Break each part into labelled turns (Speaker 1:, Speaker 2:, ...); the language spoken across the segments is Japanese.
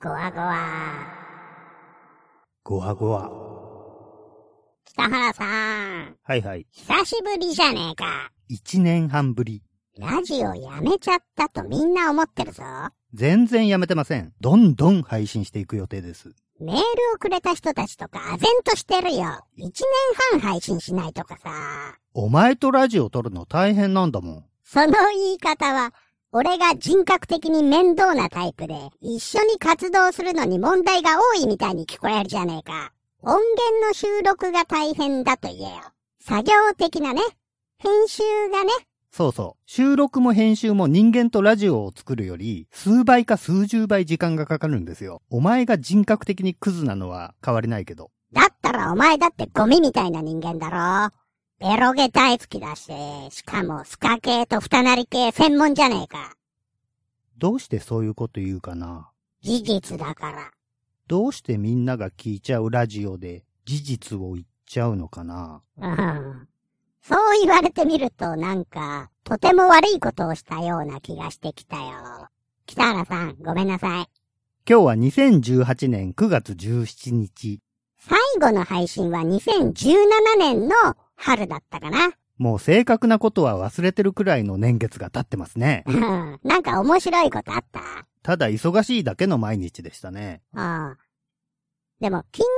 Speaker 1: ごわごわ。
Speaker 2: ごわごわ。
Speaker 1: 北原さん、
Speaker 2: はいはい。
Speaker 1: 久しぶりじゃねえか。
Speaker 2: 一年半ぶり。
Speaker 1: ラジオやめちゃったとみんな思ってるぞ。
Speaker 2: 全然やめてません。どんどん配信していく予定です。
Speaker 1: メールをくれた人たちとか唖然としてるよ。一年半配信しないとかさ。
Speaker 2: お前とラジオ撮るの大変なんだもん。
Speaker 1: その言い方は、俺が人格的に面倒なタイプで、一緒に活動するのに問題が多いみたいに聞こえるじゃねえか。音源の収録が大変だと言えよ。作業的なね。編集がね。
Speaker 2: そうそう。収録も編集も人間とラジオを作るより、数倍か数十倍時間がかかるんですよ。お前が人格的にクズなのは変わりないけど。
Speaker 1: だったらお前だってゴミみたいな人間だろ。ベロゲ大好きだし、しかもスカ系と二なり系専門じゃねえか。
Speaker 2: どうしてそういうこと言うかな
Speaker 1: 事実だから。
Speaker 2: どうしてみんなが聞いちゃうラジオで事実を言っちゃうのかな
Speaker 1: うんそう言われてみるとなんか、とても悪いことをしたような気がしてきたよ。北原さん、ごめんなさい。
Speaker 2: 今日は2018年9月17日。
Speaker 1: 最後の配信は2017年の春だったかな。
Speaker 2: もう正確なことは忘れてるくらいの年月が経ってますね。
Speaker 1: うんなんか面白いことあった
Speaker 2: ただ忙しいだけの毎日でしたね。
Speaker 1: うん。でも、キング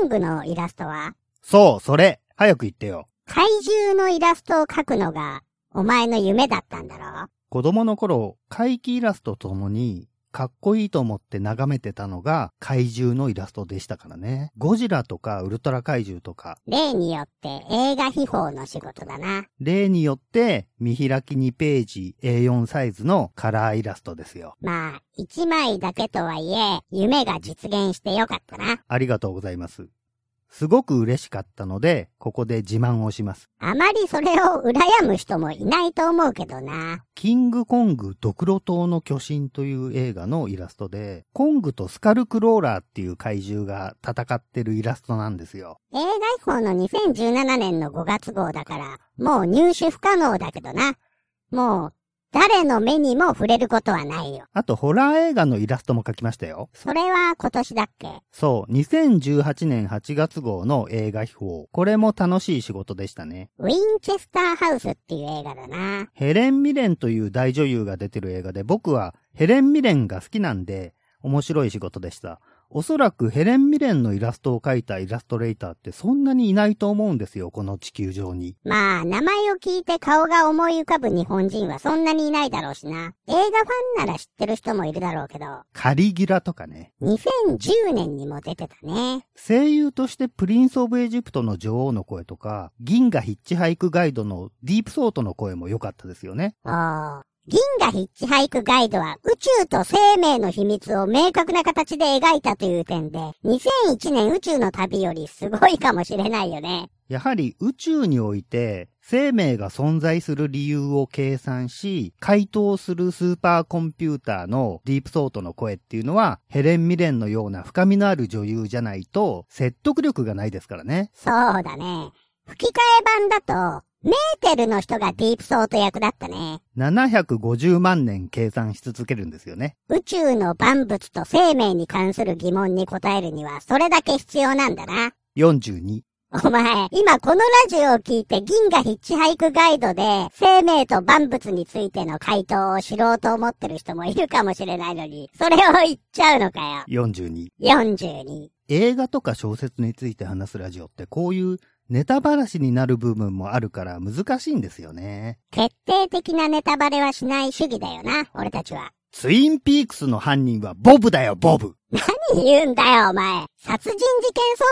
Speaker 1: コングのイラストは、
Speaker 2: そう、それ早く言ってよ。
Speaker 1: 怪獣のイラストを描くのが、お前の夢だったんだろ
Speaker 2: 子供の頃、怪奇イラストともに、かっこいいと思って眺めてたのが怪獣のイラストでしたからね。ゴジラとかウルトラ怪獣とか、
Speaker 1: 例によって映画秘宝の仕事だな。
Speaker 2: 例によって見開き2ページ A4 サイズのカラーイラストですよ。
Speaker 1: まあ、一枚だけとはいえ、夢が実現してよかったな。
Speaker 2: ありがとうございます。すごく嬉しかったので、ここで自慢をします。
Speaker 1: あまりそれを羨む人もいないと思うけどな。
Speaker 2: キングコングドクロ島の巨神という映画のイラストで、コングとスカルクローラーっていう怪獣が戦ってるイラストなんですよ。
Speaker 1: 映画秘宝の2017年の5月号だから、もう入手不可能だけどな。もう、誰の目にも触れることはないよ。
Speaker 2: あと、ホラー映画のイラストも描きましたよ。
Speaker 1: それは今年だっけ
Speaker 2: そう、2018年8月号の映画秘宝。これも楽しい仕事でしたね。
Speaker 1: ウィンチェスターハウスっていう映画だな。
Speaker 2: ヘレン・ミレンという大女優が出てる映画で、僕はヘレン・ミレンが好きなんで、面白い仕事でした。おそらくヘレン・ミレンのイラストを描いたイラストレーターってそんなにいないと思うんですよ、この地球上に。
Speaker 1: まあ、名前を聞いて顔が思い浮かぶ日本人はそんなにいないだろうしな。映画ファンなら知ってる人もいるだろうけど、
Speaker 2: カリギュラとかね。
Speaker 1: 2010年にも出てたね。
Speaker 2: 声優としてプリンス・オブ・エジプトの女王の声とか、銀河ヒッチハイクガイドのディープソートの声も良かったですよね。
Speaker 1: おー銀河ヒッチハイクガイドは宇宙と生命の秘密を明確な形で描いたという点で、2001年宇宙の旅よりすごいかもしれないよね。
Speaker 2: やはり宇宙において生命が存在する理由を計算し、回答するスーパーコンピューターのディープソートの声っていうのは、ヘレン・ミレンのような深みのある女優じゃないと説得力がないですからね。
Speaker 1: そうだね。吹き替え版だと、メーテルの人がディープソート役だったね。
Speaker 2: 750万年計算し続けるんですよね。
Speaker 1: 宇宙の万物と生命に関する疑問に答えるにはそれだけ必要なんだな。
Speaker 2: 42。
Speaker 1: お前、今このラジオを聞いて銀河ヒッチハイクガイドで生命と万物についての回答を知ろうと思ってる人もいるかもしれないのに、それを言っちゃうのか
Speaker 2: 42。
Speaker 1: よ。42。
Speaker 2: 映画とか小説について話すラジオってこういうネタばらしになる部分もあるから難しいんですよね。
Speaker 1: 決定的なネタバレはしない主義だよな、俺たちは。
Speaker 2: ツインピークスの犯人はボブだよ、ボブ
Speaker 1: 何言うんだよ、お前。殺人事件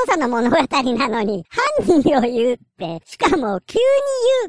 Speaker 1: 捜査の物語なのに、犯人を言うって、しかも急に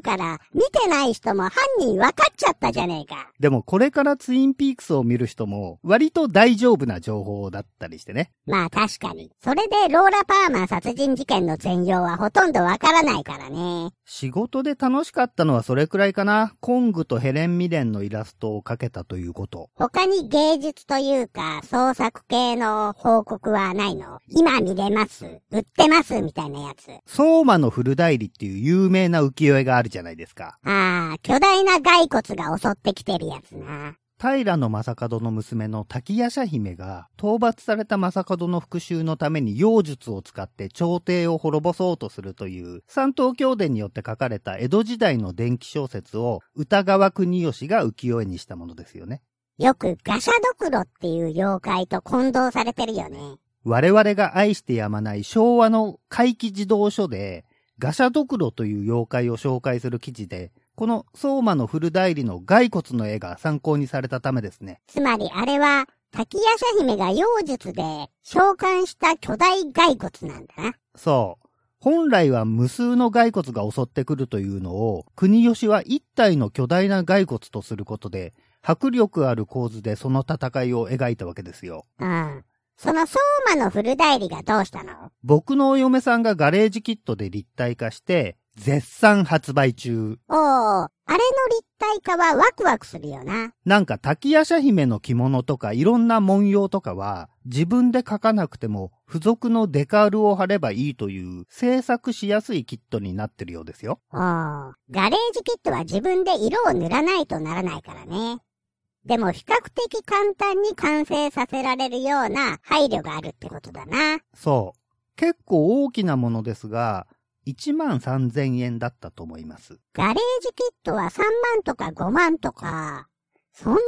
Speaker 1: 言うから、見てない人も犯人分かっちゃったじゃねえか。
Speaker 2: でもこれからツインピークスを見る人も割と大丈夫な情報だったりしてね。
Speaker 1: まあ確かに。それでローラ・パーマー殺人事件の全容はほとんど分からないからね。
Speaker 2: 仕事で楽しかったのはそれくらいかな。コングとヘレン・ミレンのイラストをかけたということ。
Speaker 1: 他に芸術というか、創作系の報告はないの今見れます。売ってます。みたいなやつ。
Speaker 2: 相馬の古代理っていう有名な浮世絵があるじゃないですか。
Speaker 1: ああ、巨大な骸骨が襲ってきてるやつな。
Speaker 2: 平野正門の娘の滝夜叉姫が、討伐された正門の復讐のために妖術を使って朝廷を滅ぼそうとするという、三島教伝によって書かれた江戸時代の伝記小説を、歌川国義が浮世絵にしたものですよね。
Speaker 1: よくガシャドクロっていう妖怪と混同されてるよね。
Speaker 2: 我々が愛してやまない昭和の怪奇児童書で、ガシャドクロという妖怪を紹介する記事で、この相馬の古代理の骸骨の絵が参考にされたためですね。
Speaker 1: つまりあれは、滝夜叉姫が妖術で召喚した巨大骸骨なんだな。
Speaker 2: そう。本来は無数の骸骨が襲ってくるというのを、国吉は一体の巨大な骸骨とすることで、迫力ある構図でその戦いを描いたわけですよ。
Speaker 1: うん。その相馬の古代理がどうしたの
Speaker 2: 僕のお嫁さんがガレージキットで立体化して、絶賛発売中。
Speaker 1: おー、あれの立体化はワクワクするよな。
Speaker 2: なんか滝夜叉姫の着物とかいろんな文様とかは自分で書かなくても付属のデカールを貼ればいいという制作しやすいキットになってるようですよ。
Speaker 1: おー、ガレージキットは自分で色を塗らないとならないからね。でも比較的簡単に完成させられるような配慮があるってことだな。
Speaker 2: そう。結構大きなものですが、1万3000円だったと思います。
Speaker 1: ガレージキットは3万とか5万とか、そんなも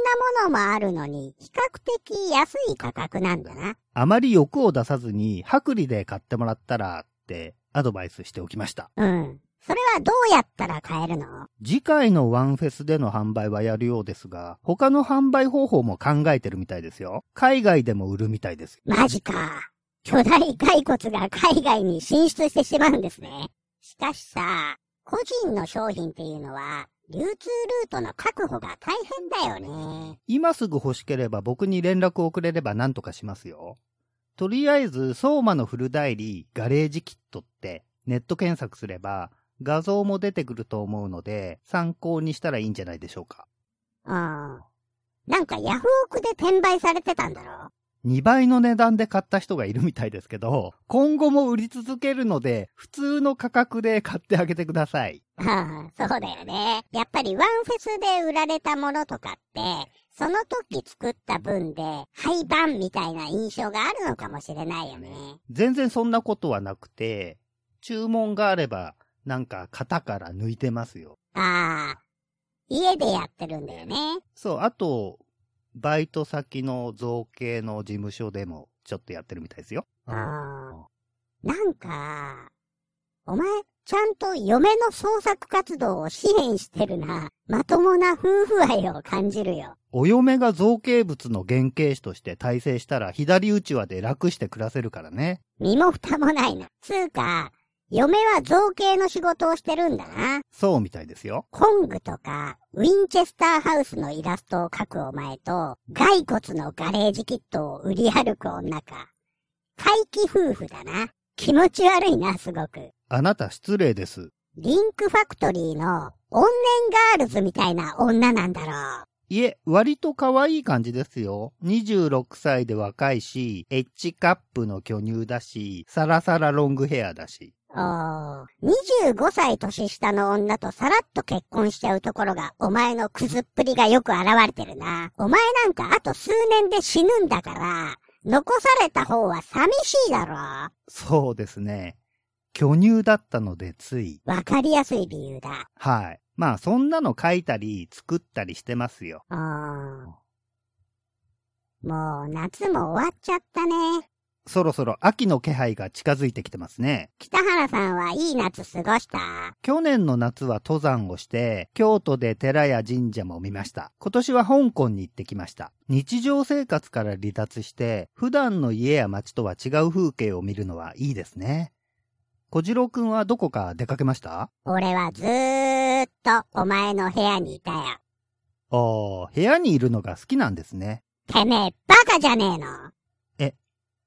Speaker 1: のもあるのに、比較的安い価格なんだな。
Speaker 2: あまり欲を出さずに薄利で買ってもらったらってアドバイスしておきました。
Speaker 1: うん。それはどうやったら買えるの
Speaker 2: 次回のワンフェスでの販売はやるようですが、他の販売方法も考えてるみたいですよ。海外でも売るみたいです。
Speaker 1: マジか。巨大骸骨が海外に進出してしまうんですね。しかしさ、個人の商品っていうのは、流通ルートの確保が大変だよね。
Speaker 2: 今すぐ欲しければ僕に連絡をくれれば何とかしますよ。とりあえず、相馬の古代理ガレージキットってネット検索すれば画像も出てくると思うので参考にしたらいいんじゃないでしょうか。
Speaker 1: うん。なんかヤフオクで転売されてたんだろ
Speaker 2: 2倍の値段で買った人がいるみたいですけど、今後も売り続けるので普通の価格で買ってあげてください。
Speaker 1: ああ、そうだよね。やっぱりワンフェスで売られたものとかって、その時作った分で廃盤みたいな印象があるのかもしれないよね。
Speaker 2: 全然そんなことはなくて、注文があればなんか型から抜いてますよ。
Speaker 1: ああ、家でやってるんだよね。
Speaker 2: そう、あと、バイト先の造形の事務所でもちょっとやってるみたいですよ。
Speaker 1: ああ。なんか、お前、ちゃんと嫁の創作活動を支援してるな。まともな夫婦愛を感じるよ。
Speaker 2: お嫁が造形物の原型師として大成したら左内輪で楽して暮らせるからね。
Speaker 1: 身も蓋もないな。つうか、嫁は造形の仕事をしてるんだな。
Speaker 2: そうみたいですよ。
Speaker 1: コングとか、ウィンチェスターハウスのイラストを描くお前と、骸骨のガレージキットを売り歩く女か。怪奇夫婦だな。気持ち悪いな、すごく。
Speaker 2: あなた失礼です。
Speaker 1: リンクファクトリーの、怨念ガールズみたいな女なんだろ
Speaker 2: いえ、割と可愛い感じですよ。26歳で若いし、エッジカップの巨乳だし、サラサラロングヘアだし。
Speaker 1: う。おー、25歳年下の女とさらっと結婚しちゃうところが、お前のクズっぷりがよく現れてるな。お前なんかあと数年で死ぬんだから、残された方は寂しいだろ。
Speaker 2: そうですね。巨乳だったのでつい。
Speaker 1: わかりやすい理由だ。
Speaker 2: はい。まあ、そんなの書いたり、作ったりしてますよ。
Speaker 1: あーもう夏も終わっちゃったね。
Speaker 2: そろそろ秋の気配が近づいてきてますね。
Speaker 1: 北原さんはいい夏過ごした
Speaker 2: 去年の夏は登山をして、京都で寺や神社も見ました。今年は香港に行ってきました。日常生活から離脱して、普段の家や街とは違う風景を見るのはいいですね。小次郎くんはどこか出かけました
Speaker 1: 俺はずーっとお前の部屋にいたよ。
Speaker 2: ああ、部屋にいるのが好きなんですね。
Speaker 1: てめえバカじゃねえの。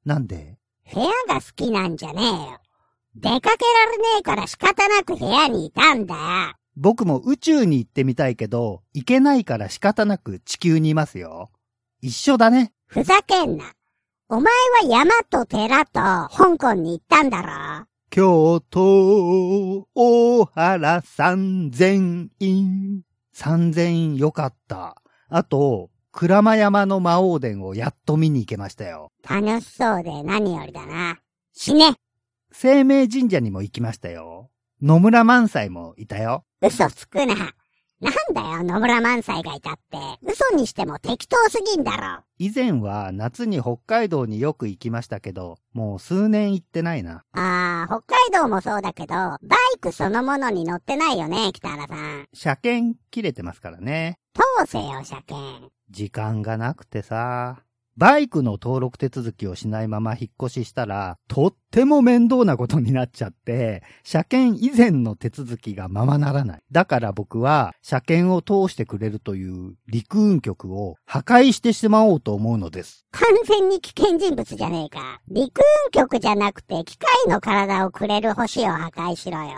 Speaker 2: なんで
Speaker 1: 部屋が好きなんじゃねえよ。出かけられねえから仕方なく部屋にいたんだよ。
Speaker 2: 僕も宇宙に行ってみたいけど、行けないから仕方なく地球にいますよ。一緒だね。
Speaker 1: ふざけんな。お前は山と寺と香港に行ったんだろ。
Speaker 2: 京都、大原三千院。三千院よかった。あと、鞍馬山の魔王殿をやっと見に行けましたよ。
Speaker 1: 楽しそうで何よりだな。死ね
Speaker 2: 生命神社にも行きましたよ。野村萬斎もいたよ。
Speaker 1: 嘘つくな。なんだよ、野村萬斎がいたって。嘘にしても適当すぎんだろ。
Speaker 2: 以前は夏に北海道によく行きましたけど、もう数年行ってないな。
Speaker 1: あー、北海道もそうだけど、バイクそのものに乗ってないよね、北原さん。
Speaker 2: 車検切れてますからね。
Speaker 1: 通せよ、車検。
Speaker 2: 時間がなくてさ。バイクの登録手続きをしないまま引っ越ししたら、とっても面倒なことになっちゃって、車検以前の手続きがままならない。だから僕は、車検を通してくれるという陸運局を破壊してしまおうと思うのです。
Speaker 1: 完全に危険人物じゃねえか。陸運局じゃなくて機械の体をくれる星を破壊しろよ。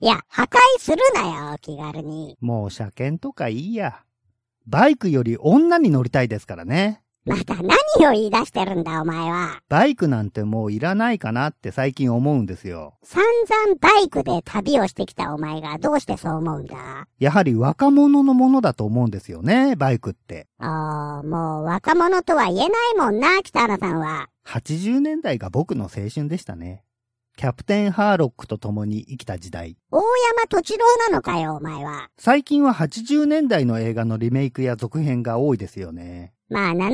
Speaker 1: いや、破壊するなよ、気軽に。
Speaker 2: もう車検とかいいや。バイクより女に乗りたいですからね。
Speaker 1: また何を言い出してるんだ、お前は。
Speaker 2: バイクなんてもういらないかなって最近思うんですよ。
Speaker 1: 散々バイクで旅をしてきたお前がどうしてそう思うんだ
Speaker 2: やはり若者のものだと思うんですよね、バイクって。
Speaker 1: あー、もう若者とは言えないもんな、北原さんは。
Speaker 2: 80年代が僕の青春でしたね。キャプテンハーロックと共に生きた時代。
Speaker 1: 大山土地郎なのかよ、お前は。
Speaker 2: 最近は80年代の映画のリメイクや続編が多いですよね。
Speaker 1: まあ、70年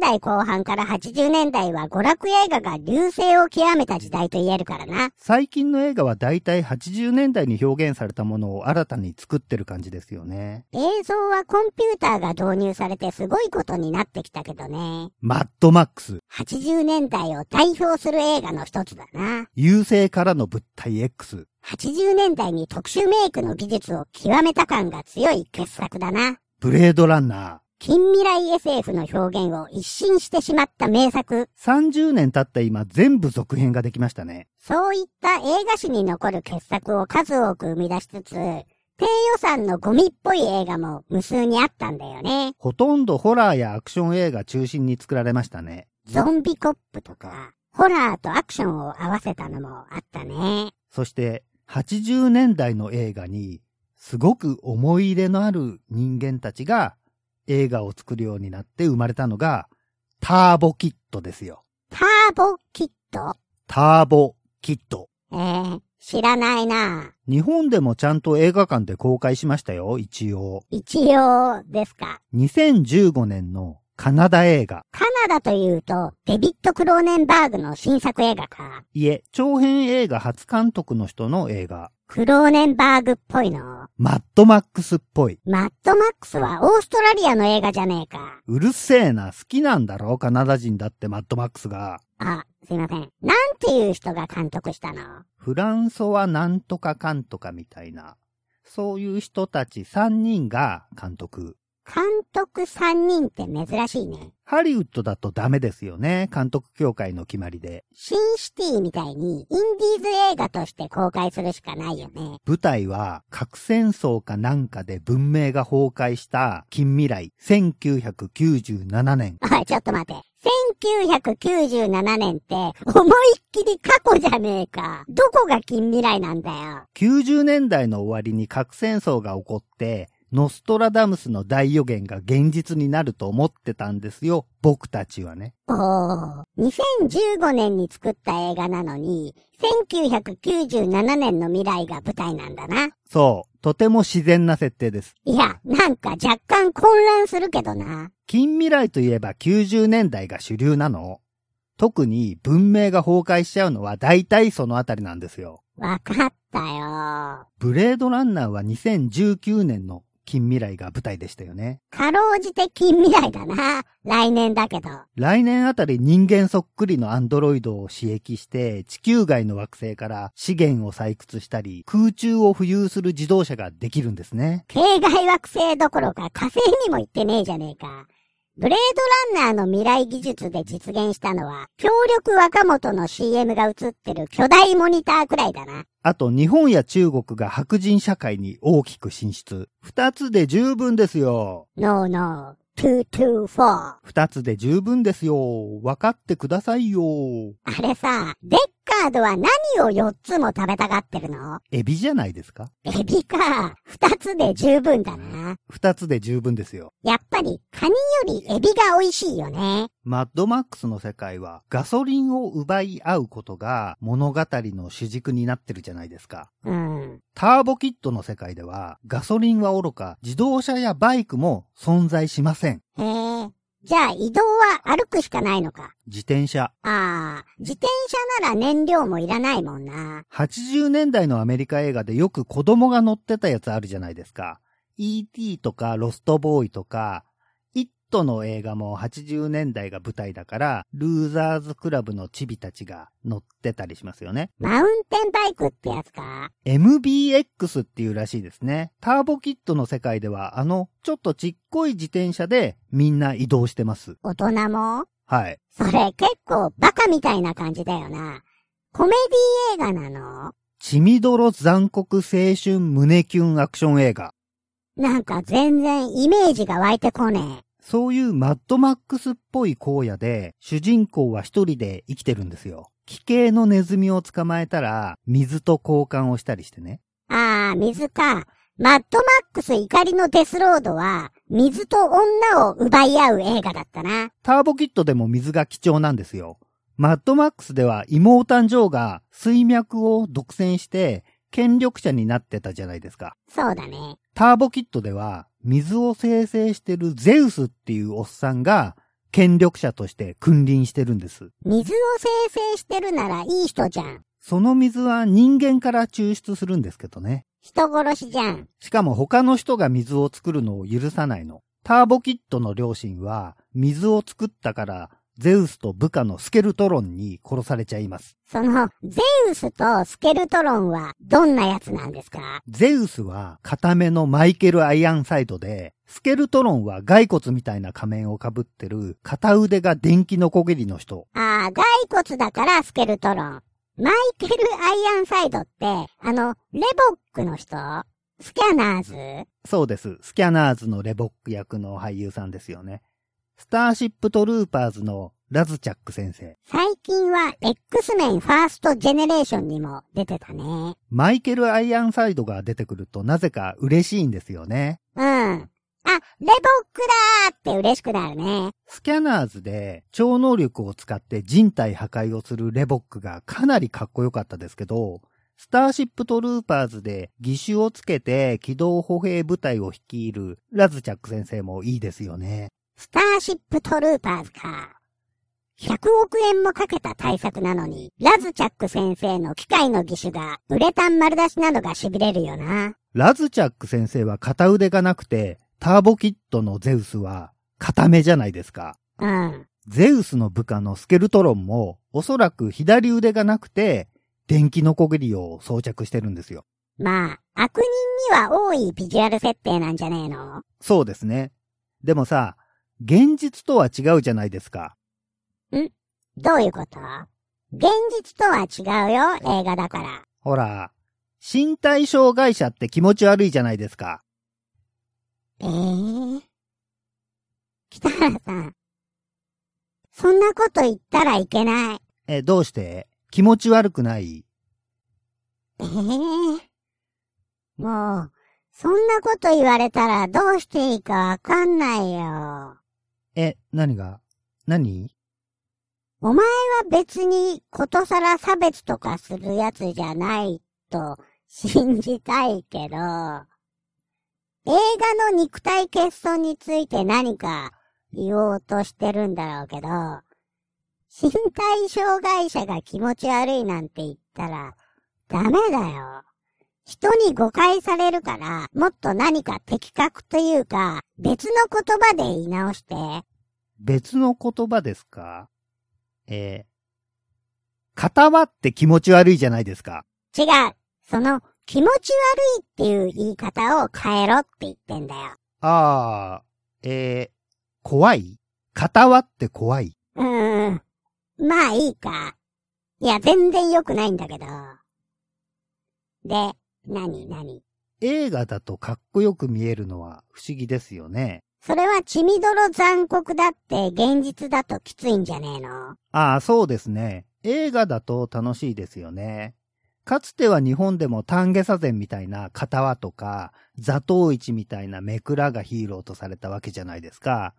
Speaker 1: 代後半から80年代は娯楽映画が流星を極めた時代と言えるからな。
Speaker 2: 最近の映画は大体80年代に表現されたものを新たに作ってる感じですよね。
Speaker 1: 映像はコンピューターが導入されてすごいことになってきたけどね。
Speaker 2: マッドマックス、
Speaker 1: 80年代を代表する映画の一つだな。
Speaker 2: 優勢からの物体 X、
Speaker 1: 80年代に特殊メイクの技術を極めた感が強い傑作だな。
Speaker 2: ブレードランナー、
Speaker 1: 近未来 SF の表現を一新してしまった名作。
Speaker 2: 30年経った今全部続編ができましたね。
Speaker 1: そういった映画史に残る傑作を数多く生み出しつつ、低予算のゴミっぽい映画も無数にあったんだよね。
Speaker 2: ほとんどホラーやアクション映画中心に作られましたね。
Speaker 1: ゾンビコップとか、ホラーとアクションを合わせたのもあったね。
Speaker 2: そして80年代の映画にすごく思い入れのある人間たちが映画を作るようになって生まれたのがターボキットですよ。
Speaker 1: ターボキット
Speaker 2: ターボキット。
Speaker 1: えー、知らないな
Speaker 2: 日本でもちゃんと映画館で公開しましたよ、一応。
Speaker 1: 一応ですか。
Speaker 2: 2015年のカナダ映画。
Speaker 1: カナダというと、デビット・クローネンバーグの新作映画か。
Speaker 2: いえ、長編映画初監督の人の映画。
Speaker 1: クローネンバーグっぽいの。
Speaker 2: マッドマックスっぽい。
Speaker 1: マッドマックスはオーストラリアの映画じゃねえか。
Speaker 2: うるせえな、好きなんだろカナダ人だってマッドマックスが。
Speaker 1: あ、すいません。なんていう人が監督したの
Speaker 2: フランソワなんとかかんとかみたいな。そういう人たち3人が監督。
Speaker 1: 監督3人って珍しいね。
Speaker 2: ハリウッドだとダメですよね、監督協会の決まりで。
Speaker 1: シンシティみたいにインディーズ映画として公開するしかないよね。
Speaker 2: 舞台は核戦争かなんかで文明が崩壊した近未来1997年。
Speaker 1: おい、ちょっと待て。1997年って思いっきり過去じゃねえか。どこが近未来なんだよ。
Speaker 2: 90年代の終わりに核戦争が起こって、ノストラダムスの大予言が現実になると思ってたんですよ、僕たちはね。
Speaker 1: おー。2015年に作った映画なのに、1997年の未来が舞台なんだな。
Speaker 2: そう、とても自然な設定です。
Speaker 1: いや、なんか若干混乱するけどな。
Speaker 2: 近未来といえば90年代が主流なの。特に文明が崩壊しちゃうのは大体そのあたりなんですよ。
Speaker 1: わかったよ。
Speaker 2: ブレードランナーは2019年の近未来が舞台でしたよね。
Speaker 1: かろうじて近未来だな。来年だけど。
Speaker 2: 来年あたり人間そっくりのアンドロイドを刺激して地球外の惑星から資源を採掘したり空中を浮遊する自動車ができるんですね。
Speaker 1: 系外惑星どころか火星にも行ってねえじゃねえか。ブレードランナーの未来技術で実現したのは、協力若元の CM が映ってる巨大モニターくらいだな。
Speaker 2: あと日本や中国が白人社会に大きく進出。二つで十分ですよ。
Speaker 1: No, no, 224. あ
Speaker 2: 二つで十分ですよ。分かってくださいよ。
Speaker 1: れさ、デッカナードは何を4つも食べたがってるの
Speaker 2: エビじゃないですか
Speaker 1: エビか。2つで十分だな。
Speaker 2: 二つで十分ですよ。
Speaker 1: やっぱり、カニよりエビが美味しいよね。
Speaker 2: マッドマックスの世界はガソリンを奪い合うことが物語の主軸になってるじゃないですか。
Speaker 1: うん。
Speaker 2: ターボキットの世界ではガソリンは愚か自動車やバイクも存在しません。
Speaker 1: へえ。じゃあ移動は歩くしかないのか。
Speaker 2: 自転車。
Speaker 1: ああ、自転車なら燃料もいらないもんな。
Speaker 2: 80年代のアメリカ映画でよく子供が乗ってたやつあるじゃないですか。E.T. とかロストボーイとか、イットの映画も80年代が舞台だから、ルーザーズクラブのチビたちが乗ってたりしますよね。
Speaker 1: マウンテンバイクってやつか。
Speaker 2: MBX っていうらしいですね。ターボキットの世界では、あの、ちょっとちっこい自転車でみんな移動してます。
Speaker 1: 大人も
Speaker 2: はい。
Speaker 1: それ結構バカみたいな感じだよな。コメディ映画なの
Speaker 2: 血みどろ残酷青春胸キュンアクション映画。
Speaker 1: なんか全然イメージが湧いてこね
Speaker 2: そういうマッドマックスっぽい荒野で、主人公は一人で生きてるんですよ。奇形のネズミを捕まえたら、水と交換をしたりしてね。
Speaker 1: え。ああ、水か。マッドマックス怒りのデスロードは、水と女を奪い合う映画だったな。
Speaker 2: ターボキットでも水が貴重なんですよ。マッドマックスでは妹誕生が水脈を独占して権力者になってたじゃないですか。
Speaker 1: そうだね。
Speaker 2: ターボキットでは水を生成してるゼウスっていうおっさんが権力者として君臨してるんです。
Speaker 1: 水を生成してるならいい人じゃん。
Speaker 2: その水は人間から抽出するんですけどね。
Speaker 1: 人殺しじゃん。
Speaker 2: しかも他の人が水を作るのを許さないの。ターボキットの両親は水を作ったからゼウスと部下のスケルトロンに殺されちゃいます。
Speaker 1: その、ゼウスとスケルトロンはどんなやつなんですか
Speaker 2: ゼウスは固めのマイケル・アイアンサイドで、スケルトロンは骸骨みたいな仮面をかぶってる片腕が電気のこぎりの人。
Speaker 1: ああ、骸骨だからスケルトロン。マイケル・アイアンサイドって、あの、レボックの人スキャナーズ
Speaker 2: そうです。スキャナーズのレボック役の俳優さんですよね。スターシップトルーパーズのラズチャック先生。
Speaker 1: 最近は X メンファーストジェネレーションにも出てたね。
Speaker 2: マイケル・アイアンサイドが出てくるとなぜか嬉しいんですよね。
Speaker 1: うん。あ、レボックだーって嬉しくなるね。
Speaker 2: スキャナーズで超能力を使って人体破壊をするレボックがかなりかっこよかったですけど、スターシップトルーパーズで義手をつけて機動歩兵部隊を率いるラズチャック先生もいいですよね。
Speaker 1: スターシップトルーパーズか。100億円もかけた対策なのに、ラズチャック先生の機械の義手がウレタン丸出しなのが痺れるよな。
Speaker 2: ラズチャック先生は片腕がなくて、ターボキットのゼウスは片目じゃないですか。
Speaker 1: うん。
Speaker 2: ゼウスの部下のスケルトロンもおそらく左腕がなくて、電気のこぎりを装着してるんですよ。
Speaker 1: まあ、悪人には多いビジュアル設定なんじゃねえの
Speaker 2: そうですね。でもさ、現実とは違うじゃないですか。
Speaker 1: どういうこと現実とは違うよ、映画だから。
Speaker 2: ほら、身体障害者って気持ち悪いじゃないですか。
Speaker 1: ええー。北原さん。そんなこと言ったらいけない。
Speaker 2: え、どうして気持ち悪くない
Speaker 1: ええー。もう、そんなこと言われたらどうしていいかわかんないよ。
Speaker 2: え、何が何
Speaker 1: お前は別にことさら差別とかするやつじゃないと信じたいけど、映画の肉体欠損について何か言おうとしてるんだろうけど、身体障害者が気持ち悪いなんて言ったらダメだよ。人に誤解されるから、もっと何か的確というか、別の言葉で言い直して、
Speaker 2: 別の言葉ですかえー、片輪って気持ち悪いじゃないですか。
Speaker 1: 違う。その、気持ち悪いっていう言い方を変えろって言ってんだよ。
Speaker 2: あー、えー、怖い片輪って怖いう
Speaker 1: ーん。まあいいか。いや、全然良くないんだけど。で、なになに
Speaker 2: 映画だとかっこよく見えるのは不思議ですよね。
Speaker 1: それは血みどろ残酷だって現実だときついんじゃねえの
Speaker 2: ああ、そうですね。映画だと楽しいですよね。かつては日本でも丹下左膳みたいな片輪とか、座頭市みたいなめくらがヒーローとされたわけじゃないですか。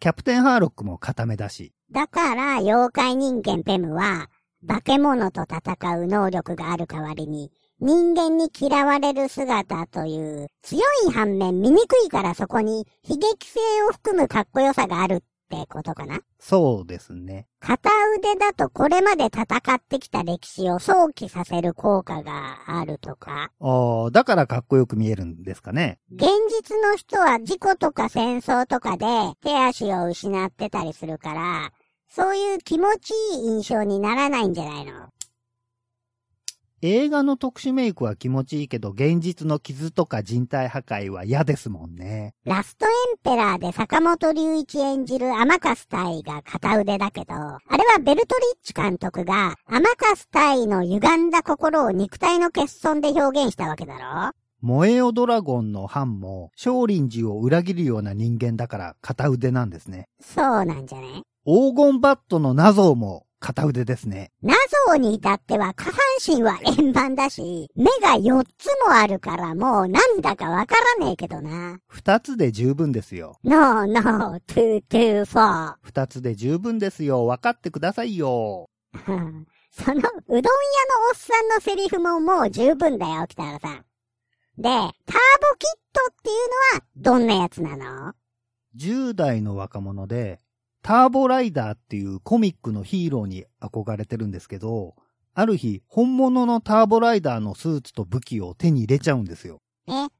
Speaker 2: キャプテンハーロックも固めだし。
Speaker 1: だから、妖怪人間ペムは、化け物と戦う能力がある代わりに、人間に嫌われる姿という、強い反面醜いからそこに悲劇性を含むかっこよさがあるってことかな
Speaker 2: そうですね。
Speaker 1: 片腕だとこれまで戦ってきた歴史を想起させる効果があるとか、
Speaker 2: ああ、だからかっこよく見えるんですかね。
Speaker 1: 現実の人は事故とか戦争とかで手足を失ってたりするから、そういう気持ちいい印象にならないんじゃないの
Speaker 2: 映画の特殊メイクは気持ちいいけど、現実の傷とか人体破壊は嫌ですもんね。
Speaker 1: ラストエンペラーで坂本龍一演じる甘カス隊が片腕だけど、あれはベルトリッチ監督が甘カス隊の歪んだ心を肉体の欠損で表現したわけだろ
Speaker 2: 燃えよドラゴンのハンも、少林寺を裏切るような人間だから片腕なんですね。
Speaker 1: そうなんじゃね
Speaker 2: 黄金バットのナゾーも片腕ですね。
Speaker 1: ナゾーに至っては下半身は円盤だし、目が4つもあるからもうなんだかわからねえけどな。
Speaker 2: 二つで十分ですよ。
Speaker 1: No, no, two, two, four.
Speaker 2: 二つで十分ですよ。分かってくださいよ。
Speaker 1: その、うどん屋のおっさんのセリフももう十分だよ、北原さん。で、ターボキットっていうのはどんなやつなの
Speaker 2: 10代の若者で、ターボライダーっていうコミックのヒーローに憧れてるんですけど、ある日、本物のターボライダーのスーツと武器を手に入れちゃうんですよ。
Speaker 1: コミッ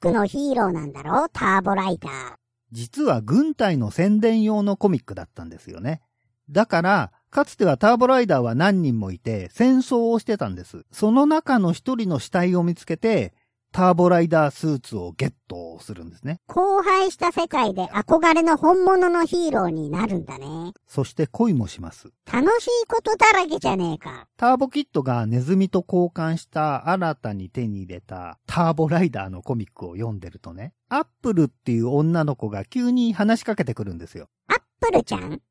Speaker 1: クのヒーローなんだろターボライダー。
Speaker 2: 実は軍隊の宣伝用のコミックだったんですよね。だから、かつてはターボライダーは何人もいて戦争をしてたんです。その中の一人の死体を見つけて、ターボライダースーツをゲットするんですね。
Speaker 1: 荒廃した世界で憧れの本物のヒーローになるんだね。
Speaker 2: そして恋もします。
Speaker 1: 楽しいことだらけじゃねえか。
Speaker 2: ターボキットがネズミと交換した新たに手に入れたターボライダーのコミックを読んでるとね、アップルっていう女の子が急に話しかけてくるんですよ。
Speaker 1: アップルちゃん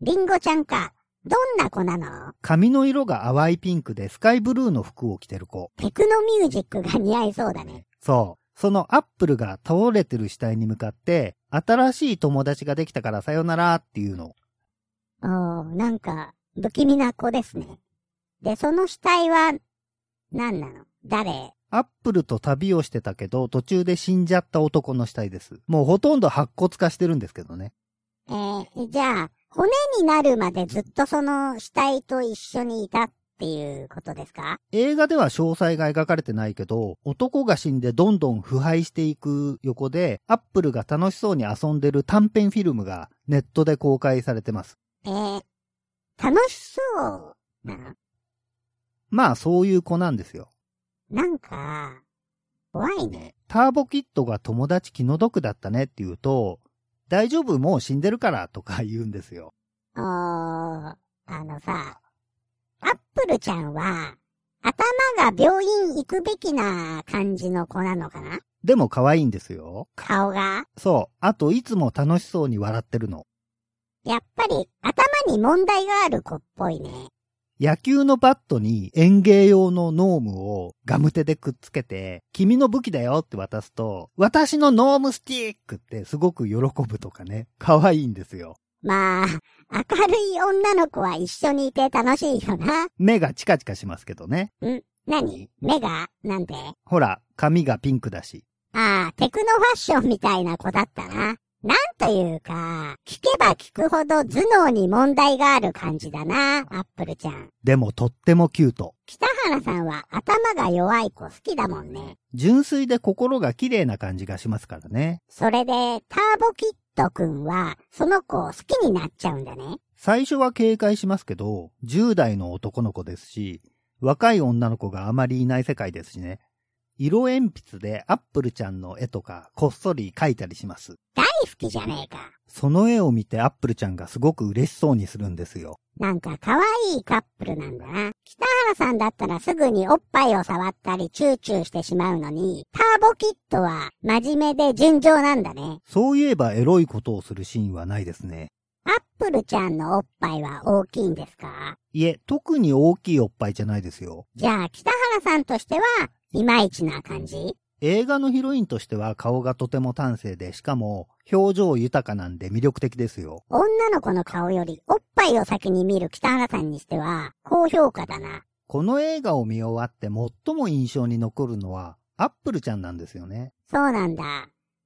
Speaker 1: リンゴちゃんか。どんな子なの
Speaker 2: 髪の色が淡いピンクでスカイブルーの服を着てる子。
Speaker 1: テクノミュージックが似合いそうだね。
Speaker 2: そう。そのアップルが倒れてる死体に向かって、新しい友達ができたからさよならっていうの。
Speaker 1: おー、なんか、不気味な子ですね。で、その死体は、何なの誰
Speaker 2: アップルと旅をしてたけど、途中で死んじゃった男の死体です。もうほとんど白骨化してるんですけどね。
Speaker 1: えー、じゃあ、骨になるまでずっとその死体と一緒にいたっていうことですか
Speaker 2: 映画では詳細が描かれてないけど、男が死んでどんどん腐敗していく横で、アップルが楽しそうに遊んでる短編フィルムがネットで公開されてます。
Speaker 1: えー、楽しそうなの
Speaker 2: まあそういう子なんですよ。
Speaker 1: なんか、怖いね。
Speaker 2: ターボキットが友達気の毒だったねって言うと、大丈夫もう死んでるからとか言うんですよ。
Speaker 1: おー、あのさ、アップルちゃんは、頭が病院行くべきな感じの子なのかな
Speaker 2: でも可愛いんですよ。
Speaker 1: 顔が。
Speaker 2: そう。あといつも楽しそうに笑ってるの。
Speaker 1: やっぱり頭に問題がある子っぽいね。
Speaker 2: 野球のバットに園芸用のノームをガム手でくっつけて、君の武器だよって渡すと、私のノームスティックってすごく喜ぶとかね。可愛いんですよ。
Speaker 1: まあ、明るい女の子は一緒にいて楽しいよな。
Speaker 2: 目がチカチカしますけどね。
Speaker 1: 何目がなんで
Speaker 2: ほら、髪がピンクだし。
Speaker 1: ああ、テクノファッションみたいな子だったな。なんというか、聞けば聞くほど頭脳に問題がある感じだな、アップルちゃん。
Speaker 2: でもとってもキュート。
Speaker 1: 北原さんは頭が弱い子好きだもんね。
Speaker 2: 純粋で心が綺麗な感じがしますからね。
Speaker 1: それで、ターボキットくんは、その子を好きになっちゃうんだね。
Speaker 2: 最初は警戒しますけど、10代の男の子ですし、若い女の子があまりいない世界ですしね。色鉛筆でアップルちゃんの絵とかこっそり描いたりします。
Speaker 1: 大好きじゃねえか。
Speaker 2: その絵を見てアップルちゃんがすごく嬉しそうにするんですよ。
Speaker 1: なんか可愛いカップルなんだな。北原さんだったらすぐにおっぱいを触ったりチューチューしてしまうのに、ターボキットは真面目で純情なんだね。
Speaker 2: そういえばエロいことをするシーンはないですね。
Speaker 1: アップルちゃんのおっぱいは大きいんですか
Speaker 2: いえ、特に大きいおっぱいじゃないですよ。
Speaker 1: じゃあ、北原さんとしては、いまいちな感じ
Speaker 2: 映画のヒロインとしては顔がとても端正で、しかも表情豊かなんで魅力的ですよ。
Speaker 1: 女の子の顔よりおっぱいを先に見る北原さんにしては、高評価だな。
Speaker 2: この映画を見終わって最も印象に残るのは、アップルちゃんなんですよね。
Speaker 1: そうなんだ。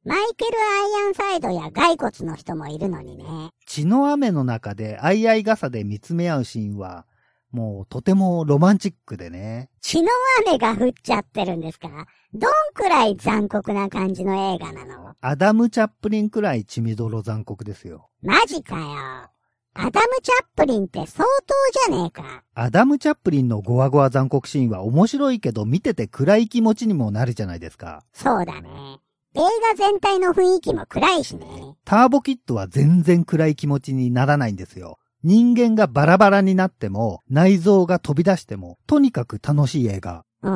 Speaker 1: マイケル・アイアンサイドや骸骨の人もいるのにね。
Speaker 2: 血の雨の中で相合い傘で見つめ合うシーンは、もうとてもロマンチックでね。
Speaker 1: 血の雨が降っちゃってるんですかどんくらい残酷な感じの映画なの
Speaker 2: アダム・チャップリンくらい血みどろ残酷ですよ。
Speaker 1: マジかよ。アダム・チャップリンって相当じゃねえか。
Speaker 2: アダム・チャップリンのゴワゴワ残酷シーンは面白いけど見てて暗い気持ちにもなるじゃないですか。
Speaker 1: そうだね。映画全体の雰囲気も暗いしね。
Speaker 2: ターボキットは全然暗い気持ちにならないんですよ。人間がバラバラになっても、内臓が飛び出しても、とにかく楽しい映画。
Speaker 1: うー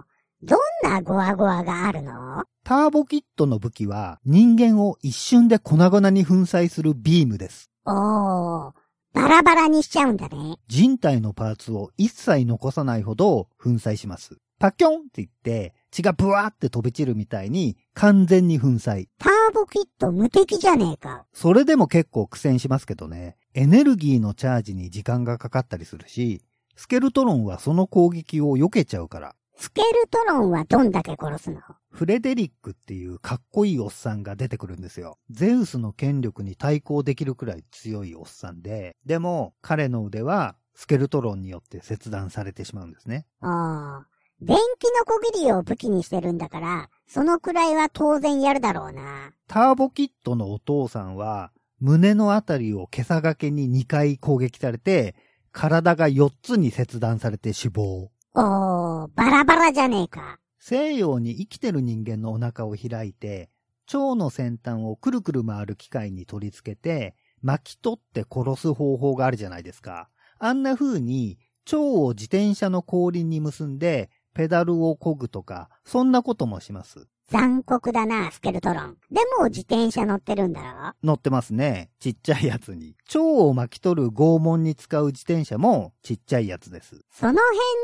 Speaker 1: ん。どんなゴワゴワがあるの
Speaker 2: ターボキットの武器は人間を一瞬で粉々に粉砕するビームです。
Speaker 1: おー。バラバラにしちゃうんだね。
Speaker 2: 人体のパーツを一切残さないほど粉砕します。パキョンって言って血がブワーって飛び散るみたいに完全に粉砕。
Speaker 1: ターボキット無敵じゃねえか。
Speaker 2: それでも結構苦戦しますけどね。エネルギーのチャージに時間がかかったりするし、スケルトロンはその攻撃を避けちゃうから。
Speaker 1: スケルトロンはどんだけ殺すの
Speaker 2: フレデリックっていうかっこいいおっさんが出てくるんですよ。ゼウスの権力に対抗できるくらい強いおっさんで、でも彼の腕はスケルトロンによって切断されてしまうんですね。
Speaker 1: ああ。電気のこぎりを武器にしてるんだから、そのくらいは当然やるだろうな。
Speaker 2: ターボキットのお父さんは胸のあたりを毛さがけに2回攻撃されて、体が4つに切断されて死亡。
Speaker 1: おー、バラバラじゃねえか。
Speaker 2: 西洋に生きてる人間のお腹を開いて、腸の先端をくるくる回る機械に取り付けて、巻き取って殺す方法があるじゃないですか。あんな風に、腸を自転車の後輪に結んで、ペダルを漕ぐとか、そんなこともします。
Speaker 1: 残酷だな、スケルトロン。でも自転車乗ってるんだろ
Speaker 2: 乗ってますね。ちっちゃいやつに。腸を巻き取る拷問に使う自転車も、ちっちゃいやつです。
Speaker 1: その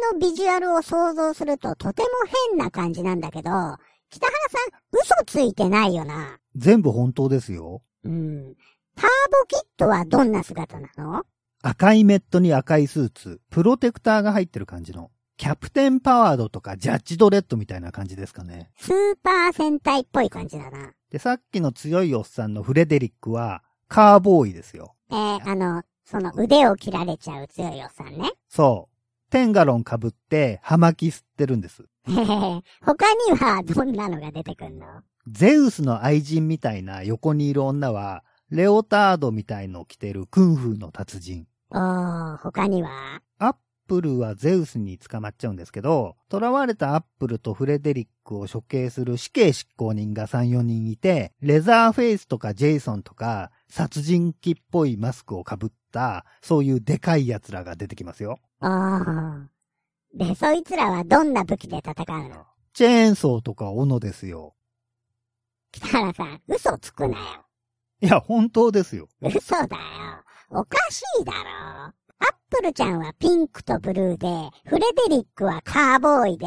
Speaker 1: 辺のビジュアルを想像するととても変な感じなんだけど、北原さん、嘘ついてないよな。
Speaker 2: 全部本当ですよ。
Speaker 1: うん。ターボキットはどんな姿なの
Speaker 2: 赤いメットに赤いスーツ、プロテクターが入ってる感じの、キャプテンパワードとかジャッジドレッドみたいな感じですかね。
Speaker 1: スーパー戦隊っぽい感じだな。
Speaker 2: で、さっきの強いおっさんのフレデリックは、カーボーイですよ。
Speaker 1: えー、あの、その腕を切られちゃう強いおっさんね。
Speaker 2: そう。テンガロン被って、葉巻吸ってるんです。
Speaker 1: へへへ。 他にはどんなのが出てくんの
Speaker 2: ゼウスの愛人みたいな横にいる女は、レオタードみたいのを着てるクンフーの達人。
Speaker 1: おー、他には
Speaker 2: アップルはゼウスに捕まっちゃうんですけど、囚われたアップルとフレデリックを処刑する死刑執行人が3、4人いて、レザーフェイスとかジェイソンとか、殺人鬼っぽいマスクをかぶった、そういうでかい奴らが出てきますよ。
Speaker 1: おー。で、そいつらはどんな武器で戦うの
Speaker 2: チェーンソーとか斧ですよ。
Speaker 1: 北原さん、嘘つくなよ。
Speaker 2: いや、本当ですよ。
Speaker 1: 嘘だよ。おかしいだろ。アップルちゃんはピンクとブルーで、フレデリックはカーボーイで、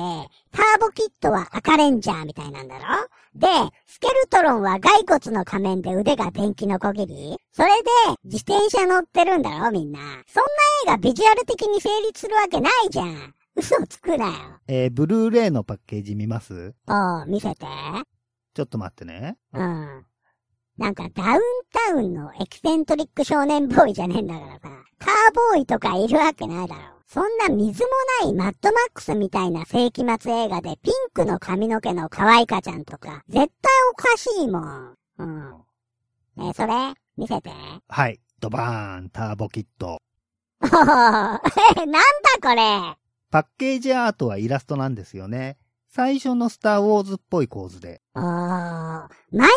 Speaker 1: ターボキットは赤レンジャーみたいなんだろで、スケルトロンは骸骨の仮面で腕が電気のこぎりそれで、自転車乗ってるんだろみんな。そんな映画ビジュアル的に成立するわけないじゃん。嘘つくなよ。
Speaker 2: えー、ブルーレイのパッケージ見ます
Speaker 1: おう、見せて。
Speaker 2: ちょっと待ってね。
Speaker 1: うん。なんかダウンタウンのエキセントリック少年ボーイじゃねえんだからさ、カーボーイとかいるわけないだろ。そんな水もないマッドマックスみたいな世紀末映画でピンクの髪の毛の可愛いかちゃんとか、絶対おかしいもん。うん。ねえ、それ、見せて。
Speaker 2: はい。ドバーン、ターボキット。
Speaker 1: おお、え、なんだこれ
Speaker 2: パッケージアートはイラストなんですよね。最初のスターウォーズっぽい構図で。
Speaker 1: おー、マイケル・アイ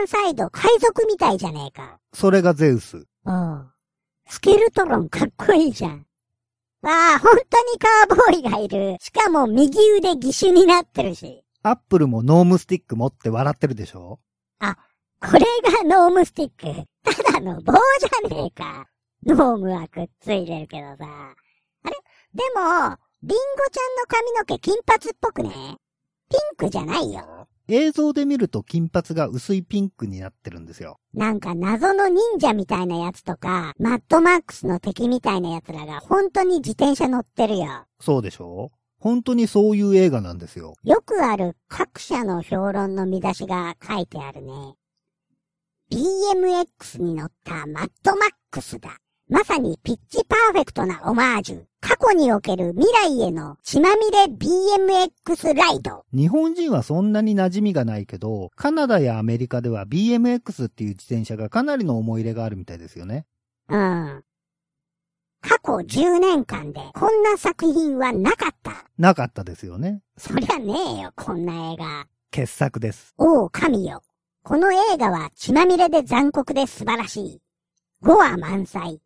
Speaker 1: アンサイド海賊みたいじゃねえか。
Speaker 2: それがゼウス。
Speaker 1: おう。スケルトロンかっこいいじゃん。わあ、本当にカーボーイがいる。しかも右腕義手になってるし。
Speaker 2: アップルもノームスティック持って笑ってるでしょ
Speaker 1: あこれがノームスティック。ただの棒じゃねえか。ノームはくっついてるけどさ。あれでも、リンゴちゃんの髪の毛金髪っぽくね。ピンクじゃないよ。
Speaker 2: 映像で見ると金髪が薄いピンクになってるんですよ。
Speaker 1: なんか謎の忍者みたいなやつとか、マッドマックスの敵みたいなやつらが本当に自転車乗ってるよ。
Speaker 2: そうでしょ本当にそういう映画なんですよ。
Speaker 1: よくある各社の評論の見出しが書いてあるね。BMX に乗ったマッドマックスだ。まさにピッチパーフェクトなオマージュ。過去における未来への血まみれ BMX ライド。
Speaker 2: 日本人はそんなに馴染みがないけど、カナダやアメリカでは BMX っていう自転車がかなりの思い入れがあるみたいですよね。
Speaker 1: うん。過去10年間でこんな作品はなかった。
Speaker 2: なかったですよね。
Speaker 1: そりゃねえよ、こんな映画。
Speaker 2: 傑作です。
Speaker 1: おう、神よ。この映画は血まみれで残酷で素晴らしい。語は満載。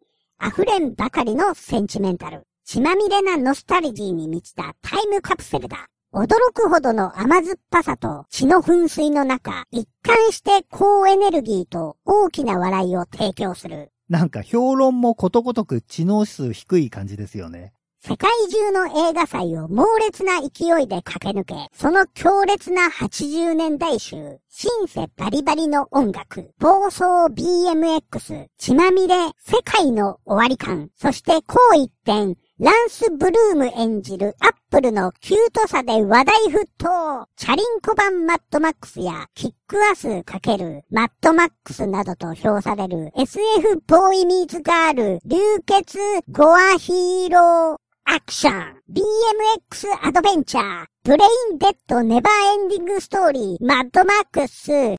Speaker 1: 溢れんばかりのセンチメンタル。血まみれなノスタルジーに満ちたタイムカプセルだ。驚くほどの甘酸っぱさと血の噴水の中、一貫して高エネルギーと大きな笑いを提供する。
Speaker 2: なんか評論もことごとく知能指数低い感じですよね。
Speaker 1: 世界中の映画祭を猛烈な勢いで駆け抜け、その強烈な80年代集、シンセバリバリの音楽、暴走 BMX、血まみれ、世界の終わり感、そしてこう一点、ランス・ブルーム演じるアップルのキュートさで話題沸騰チャリンコ版マッドマックスやキックアス×マッドマックスなどと評される SF ボーイミーズガール流血ゴアヒーローアクション、BMX アドベンチャー、ブレインデッドネバーエンディングストーリー、マッドマックス、グー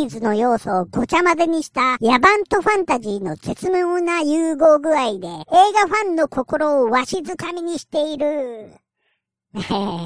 Speaker 1: ニーズの要素をごちゃ混ぜにした野蛮とファンタジーの絶妙な融合具合で映画ファンの心をわしづかみにしている。 ねえ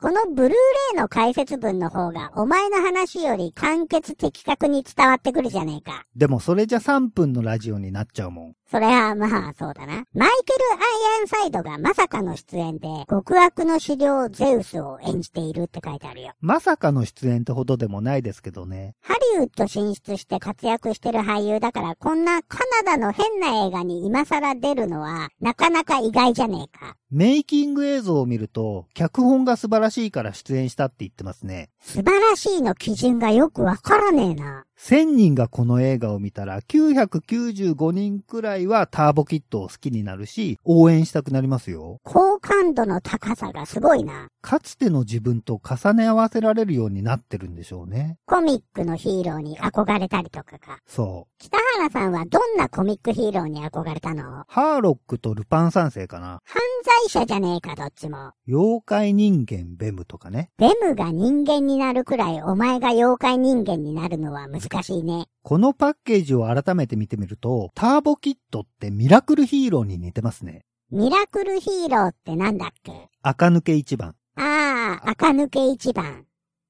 Speaker 1: このブルーレイの解説文の方がお前の話より簡潔的確に伝わってくるじゃねえか。
Speaker 2: でもそれじゃ3分のラジオになっちゃうもん。
Speaker 1: それはまあそうだな。マイケル・アイアンサイドがまさかの出演で、極悪の狩猟ゼウスを演じているって書いてあるよ。
Speaker 2: まさかの出演ってほどでもないですけどね。
Speaker 1: ハリウッド進出して活躍してる俳優だから、こんなカナダの変な映画に今更出るのは、なかなか意外じゃねえか。
Speaker 2: メイキング映像を見ると、脚本が素晴らしいから出演したって言ってますね。
Speaker 1: 素晴らしいの基準がよくわからねえな。
Speaker 2: 1000人がこの映画を見たら、995人くらいはターボキットを好きになるし、応援したくなりますよ。
Speaker 1: 好感度の高さがすごいな。
Speaker 2: かつての自分と重ね合わせられるようになってるんでしょうね。
Speaker 1: コミックのヒーローに憧れたりとかか。
Speaker 2: そ
Speaker 1: 北原さんはどんなコミックヒーローに憧れたの
Speaker 2: う。ハーロックとルパン三世かな。
Speaker 1: 犯罪者じゃねえか、どっちも。
Speaker 2: 妖怪人間ベムとかね。
Speaker 1: ベムが人間になるくらいお前が妖怪人間になるのは難しいね。
Speaker 2: このパッケージを改めて見てみると、ターボキットってミラクルヒーローに似てますね。
Speaker 1: ミラクルヒーローってなんだっけ
Speaker 2: 赤抜け一番。
Speaker 1: ああ、赤抜け一番。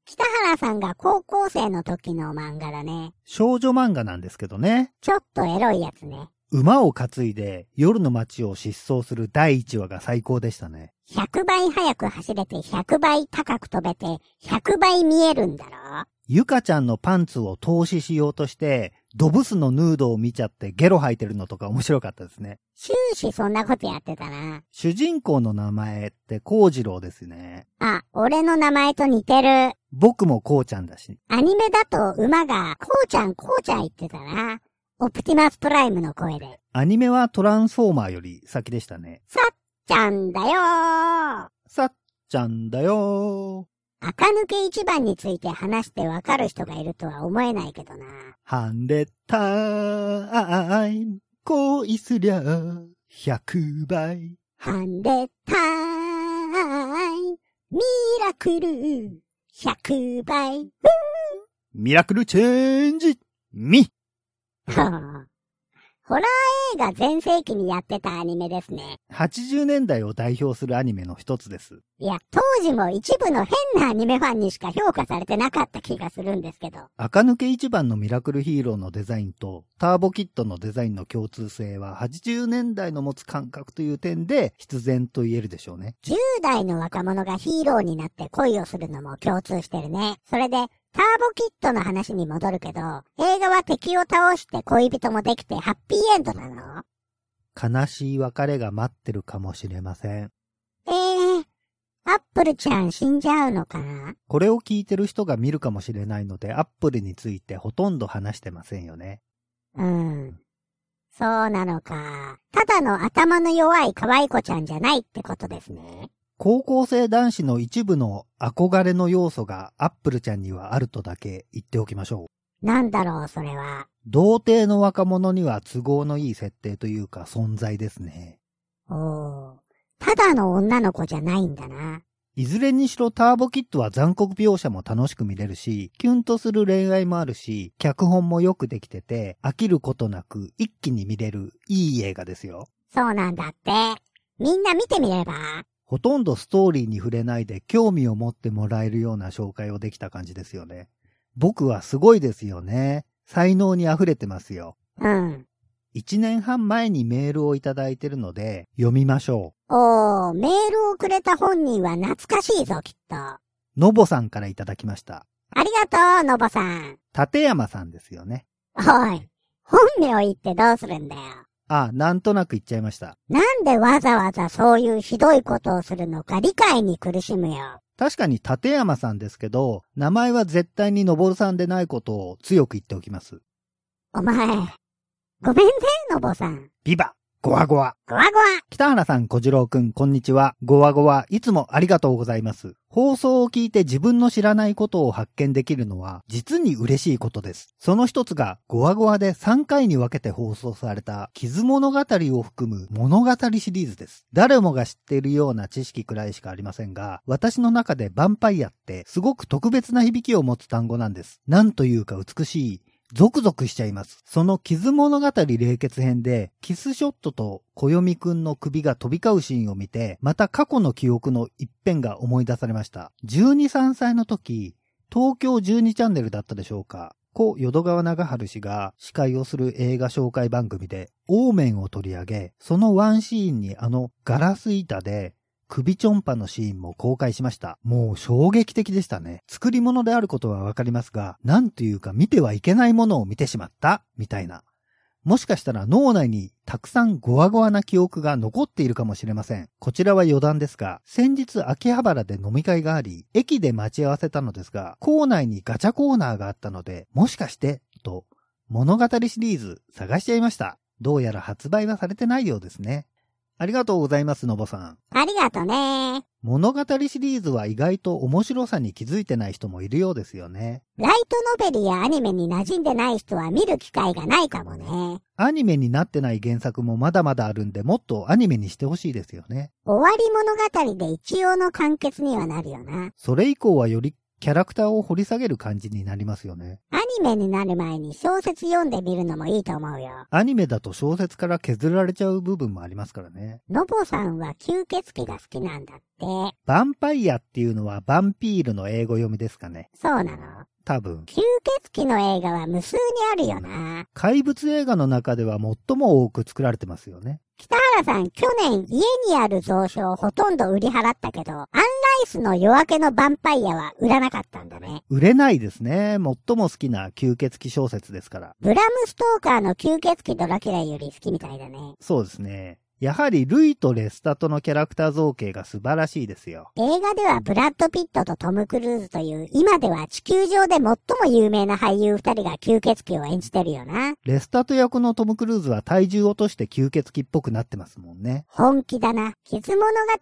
Speaker 1: 北原さんが高校生の時の漫画だね。
Speaker 2: 少女漫画なんですけどね。
Speaker 1: ちょっとエロいやつね。
Speaker 2: 馬を担いで夜の街を疾走する第1話が最高でしたね。
Speaker 1: 100倍速く走れて100倍高く飛べて100倍見えるんだろ
Speaker 2: ゆかちゃんのパンツを投資しようとして、ドブスのヌードを見ちゃってゲロ吐いてるのとか面白かったですね。
Speaker 1: 終始そんなことやってたな。
Speaker 2: 主人公の名前ってコウジロウですね。
Speaker 1: あ、俺の名前と似てる。
Speaker 2: 僕もコウちゃんだし。
Speaker 1: アニメだと馬が、こうちゃんこうちゃん言ってたな。オプティマスプライムの声で。
Speaker 2: アニメはトランスフォーマーより先でしたね。
Speaker 1: さっちゃんだよー
Speaker 2: さっちゃんだよ
Speaker 1: 赤抜け一番について話してわかる人がいるとは思えないけどな。
Speaker 2: ー。ハンデタイム。恋すりゃ、100倍。
Speaker 1: ハンデタイム、ミラクル、100倍。
Speaker 2: ミラクルチェンジミ
Speaker 1: ほうホラー映画全盛期にやってたアニメですね。
Speaker 2: 80年代を代表するアニメの一つです。
Speaker 1: いや、当時も一部の変なアニメファンにしか評価されてなかった気がするんですけど。
Speaker 2: 赤抜け一番のミラクルヒーローのデザインとターボキットのデザインの共通性は80年代の持つ感覚という点で必然と言えるでしょうね。
Speaker 1: 10代の若者がヒーローになって恋をするのも共通してるね。それで、ターボキットの話に戻るけど、映画は敵を倒して恋人もできてハッピーエンドなの
Speaker 2: 悲しい別れが待ってるかもしれません。
Speaker 1: ええー、アップルちゃん死んじゃうのかな
Speaker 2: これを聞いてる人が見るかもしれないので、アップルについてほとんど話してませんよね。
Speaker 1: うん。そうなのか。ただの頭の弱い可愛い子ちゃんじゃないってことですね。
Speaker 2: 高校生男子の一部の憧れの要素がアップルちゃんにはあるとだけ言っておきましょう。
Speaker 1: なんだろう、それは。
Speaker 2: 童貞の若者には都合のいい設定というか存在ですね。
Speaker 1: おー。ただの女の子じゃないんだな。
Speaker 2: いずれにしろターボキットは残酷描写も楽しく見れるし、キュンとする恋愛もあるし、脚本もよくできてて、飽きることなく一気に見れるいい映画ですよ。
Speaker 1: そうなんだって。みんな見てみれば
Speaker 2: ほとんどストーリーに触れないで興味を持ってもらえるような紹介をできた感じですよね。僕はすごいですよね。才能に溢れてますよ。
Speaker 1: うん。
Speaker 2: 1年半前にメールをいただいてるので、読みましょ
Speaker 1: おー、メールをくれた本人は懐かしいぞ、きっと。あ
Speaker 2: う。のぼさんからいただきました。
Speaker 1: りがとう、のぼさん。
Speaker 2: 立山さんですよね。
Speaker 1: おい、本名を言ってどうするんだよ。
Speaker 2: あ、なんとなく言っちゃいました。
Speaker 1: なんでわざわざそういうひどいことをするのか理解に苦しむよ。
Speaker 2: 確かに立山さんですけど、名前は絶対にのぼるさんでないことを強く言っておきます。
Speaker 1: お前。ごめんね、のぼさん。
Speaker 2: ビバゴワゴワ
Speaker 1: ごわごわ。
Speaker 2: 北原さん、小次郎くん、こんにちは。ごわごわ、いつもありがとうございます。放送を聞いて自分の知らないことを発見できるのは、実に嬉しいことです。その一つが、ごわごわで3回に分けて放送された、傷物語を含む物語シリーズです。誰もが知っているような知識くらいしかありませんが、私の中でヴァンパイアって、すごく特別な響きを持つ単語なんです。なんというか美しい、ゾクゾクしちゃいます。その傷物語冷血編で、キスショットと小読くんの首が飛び交うシーンを見て、また過去の記憶の一辺が思い出されました。12、3歳の時、東京12チャンネルだったでしょうか。故淀川長春氏が司会をする映画紹介番組で、オーメンを取り上げ、そのワンシーンにあのガラス板で首ちょんぱのシーンも公開しました。もう衝撃的でしたね。作り物であることはわかりますが、なんというか見てはいけないものを見てしまった、みたいな。もしかしたら脳内にたくさんゴワゴワな記憶が残っているかもしれません。こちらは余談ですが、先日秋葉原で飲み会があり、駅で待ち合わせたのですが、校内にガチャコーナーがあったので、もしかして、と、物語シリーズ探しちゃいました。どうやら発売はされてないようですね。ありがとうございます、のぼさん。
Speaker 1: ありがとね。
Speaker 2: 物語シリーズは意外と面白さに気づいてない人もいるようですよね。
Speaker 1: ライトノベルやアニメに馴染んでない人は見る機会がないかもね。
Speaker 2: アニメになってない原作もまだまだあるんで、もっとアニメにしてほしいですよね。
Speaker 1: 終わり物語で一応の完結にはなるよな。
Speaker 2: それ以降はよりキャラクターを掘り下げる感じになりますよね。
Speaker 1: アニメになる前に小説読んでみるのもいいと思うよ。
Speaker 2: アニメだと小説から削られちゃう部分もありますからね。
Speaker 1: のぼさんは吸血鬼が好きなんだって。
Speaker 2: ヴァンパイアっていうのはヴァンピールの英語読みですかね。
Speaker 1: そうなの
Speaker 2: 多分。
Speaker 1: 吸血鬼の映画は無数にあるよな。
Speaker 2: 怪物映画の中では最も多く作られてますよね。
Speaker 1: 北原さん、去年家にある蔵書をほとんど売り払ったけど、アンライスの夜明けのヴァンパイアは売らなかったんだね。
Speaker 2: 売れないですね。最も好きな吸血鬼小説ですから。
Speaker 1: ブラムストーカーの吸血鬼ドラキュラより好きみたいだね。
Speaker 2: そうですね。やはりルイとレスタとのキャラクター造形が素晴らしいですよ。
Speaker 1: 映画ではブラッド・ピットとトム・クルーズという今では地球上で最も有名な俳優二人が吸血鬼を演じてるよな。
Speaker 2: レスタと役のトム・クルーズは体重を落として吸血鬼っぽくなってますもんね。
Speaker 1: 本気だな。傷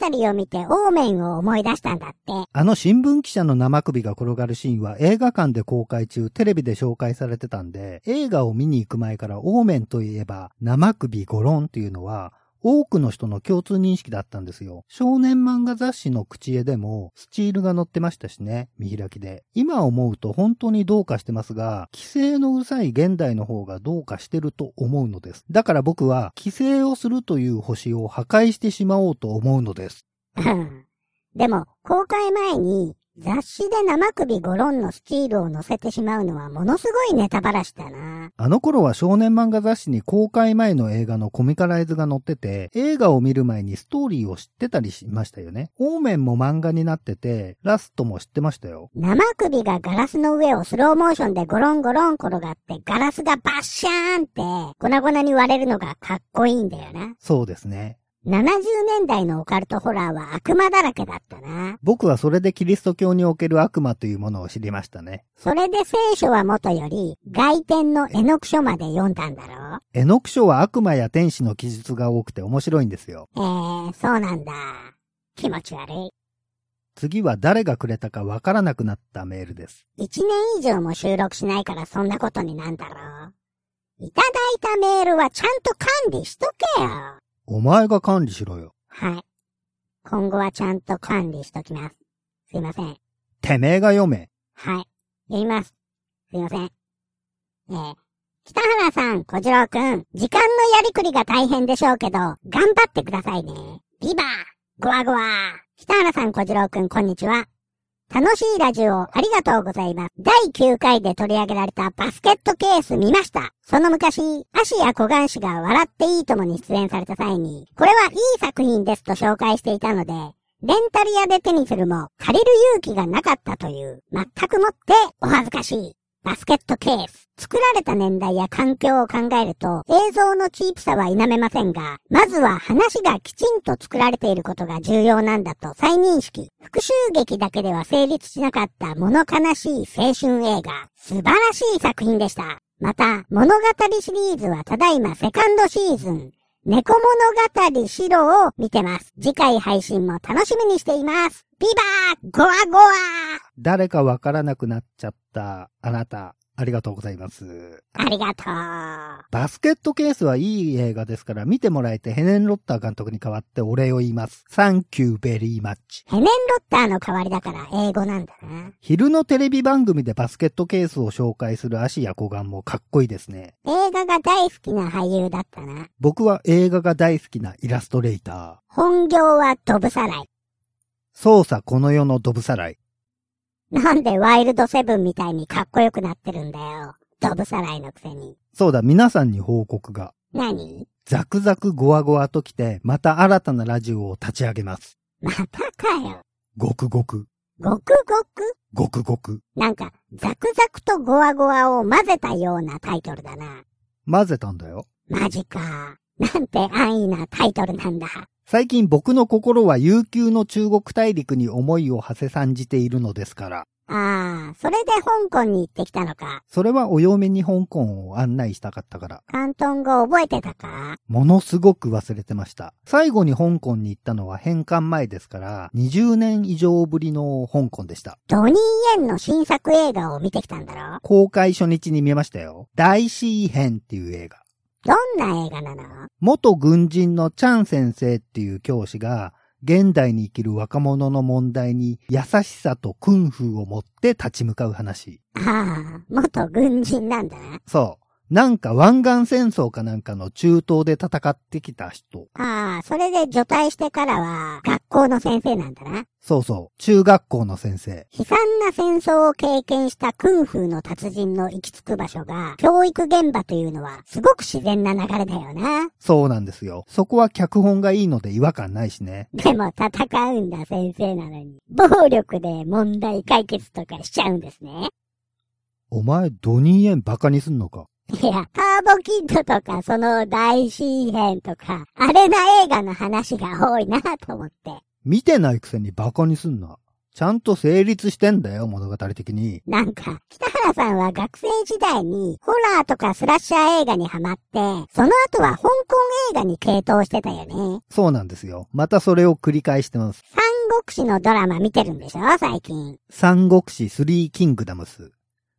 Speaker 1: 物語を見てオーメンを思い出したんだって。
Speaker 2: あの新聞記者の生首が転がるシーンは映画館で公開中テレビで紹介されてたんで、映画を見に行く前からオーメンといえば生首ゴロンというのは多くの人の共通認識だったんですよ。少年漫画雑誌の口絵でもスチールが載ってましたしね、見開きで。今思うと本当にどうかしてますが、規制のうるさい現代の方がどうかしてると思うのです。だから僕は規制をするという星を破壊してしまおうと思うのです。
Speaker 1: うんでも、公開前に雑誌で生首5論のスチールを載せてしまうのはものすごいネタバラシだな。
Speaker 2: あの頃は少年漫画雑誌に公開前の映画のコミカライズが載ってて、映画を見る前にストーリーを知ってたりしましたよね。オーメンも漫画になってて、ラストも知ってましたよ。
Speaker 1: 生首がガラスの上をスローモーションでゴロンゴロン転がってガラスがバッシャーンって粉々に割れるのがかっこいいんだよな。
Speaker 2: そうですね。
Speaker 1: 70年代のオカルトホラーは悪魔だらけだったな。
Speaker 2: 僕はそれでキリスト教における悪魔というものを知りましたね。
Speaker 1: それで聖書は元より外典の絵の句書まで読んだんだろ
Speaker 2: 絵の具書は悪魔や天使の記述が多くて面白いんですよ。
Speaker 1: えー、そうなんだ。気持ち悪い。
Speaker 2: 次は誰がくれたかわからなくなったメールです。
Speaker 1: 一年以上も収録しないからそんなことになんだろう。いただいたメールはちゃんと管理しとけよ。
Speaker 2: お前が管理しろよ。
Speaker 1: はい。今後はちゃんと管理しときます。すいません。
Speaker 2: てめえが読め。
Speaker 1: はい。やります。すいません。えー、北原さん、小次郎くん、時間のやりくりが大変でしょうけど、頑張ってくださいね。ビバーゴワゴワ北原さん、小次郎くん、こんにちは。楽しいラジオ、ありがとうございます。第9回で取り上げられたバスケットケース見ました。その昔、芦谷小岩氏が笑っていいともに出演された際に、これはいい作品ですと紹介していたので、レンタル屋で手にするも、借りる勇気がなかったという、全くもってお恥ずかしい。バスケットケース。作られた年代や環境を考えると、映像のチープさは否めませんが、まずは話がきちんと作られていることが重要なんだと再認識。復讐劇だけでは成立しなかった物悲しい青春映画。素晴らしい作品でした。また、物語シリーズはただいまセカンドシーズン。猫物語シロを見てます。次回配信も楽しみにしています。ビバーゴワゴワ
Speaker 2: 誰かわからなくなっちゃったあなた、ありがとうございます。
Speaker 1: ありがとう。
Speaker 2: バスケットケースはいい映画ですから見てもらえてヘネン・ロッター監督に代わってお礼を言います。サンキューベリーマッチ。
Speaker 1: ヘネンロッターの代わりだから英語なんだな。
Speaker 2: 昼のテレビ番組でバスケットケースを紹介する足や小顔もかっこいいですね。
Speaker 1: 映画が大好きな俳優だったな。
Speaker 2: 僕は映画が大好きなイラストレータ
Speaker 1: 本業はドブさらい。
Speaker 2: ー。操作この世のドブさらい。
Speaker 1: なんでワイルドセブンみたいにかっこよくなってるんだよ。ドブさらいのくせに。
Speaker 2: そうだ、皆さんに報告が。
Speaker 1: 何
Speaker 2: ザクザクゴワゴワときて、また新たなラジオを立ち上げます。
Speaker 1: またかよ。
Speaker 2: ごくごく、
Speaker 1: ごくごく
Speaker 2: ごくごく。
Speaker 1: なんか、ザクザクとゴワゴワを混ぜたようなタイトルだな。
Speaker 2: 混ぜたんだよ。
Speaker 1: マジか。なんて安易なタイトルなんだ。
Speaker 2: 最近僕の心は悠久の中国大陸に思いを馳せ参じているのですから、
Speaker 1: ああ、それで香港に行ってきたのか。
Speaker 2: それはお嫁に香港を案内したかったから、
Speaker 1: 広東語覚えてたか
Speaker 2: ものすごく忘れてました。最後に香港に行ったのは返還前ですから、20年以上ぶりの香港でした。
Speaker 1: ドニー・イエンの新作映画を見てきたんだろ
Speaker 2: 公開初日に見ましたよ。大詩編っていう映画。
Speaker 1: どんな映画なの
Speaker 2: 元軍人のチャン先生っていう教師が、現代に生きる若者の問題に優しさと訓風を持って立ち向かう話。
Speaker 1: ああ、元軍人なんだな。
Speaker 2: そう。なんか湾岸戦争かなんかの中東で戦ってきた人。
Speaker 1: ああ、それで除隊してからは学校の先生なんだな。
Speaker 2: そうそう。中学校の先生。
Speaker 1: 悲惨な戦争を経験した空風の達人の行き着く場所が教育現場というのはすごく自然な流れだよな。
Speaker 2: そうなんですよ。そこは脚本がいいので違和感ないしね。
Speaker 1: でも戦うんだ先生なのに。暴力で問題解決とかしちゃうんですね。
Speaker 2: お前、ドニーエンバカにすんのか
Speaker 1: いや、ターボキッドとか、その大新編とか、あれな映画の話が多いなと思って。
Speaker 2: 見てないくせにバカにすんな。ちゃんと成立してんだよ、物語的に。
Speaker 1: なんか、北原さんは学生時代に、ホラーとかスラッシャー映画にハマって、その後は香港映画に傾倒してたよね。三
Speaker 2: そうなんですよ。またそれを繰り返してます。
Speaker 1: 国志のドラマ見てるんでしょ最近。
Speaker 2: 三国志スリーキングダムス。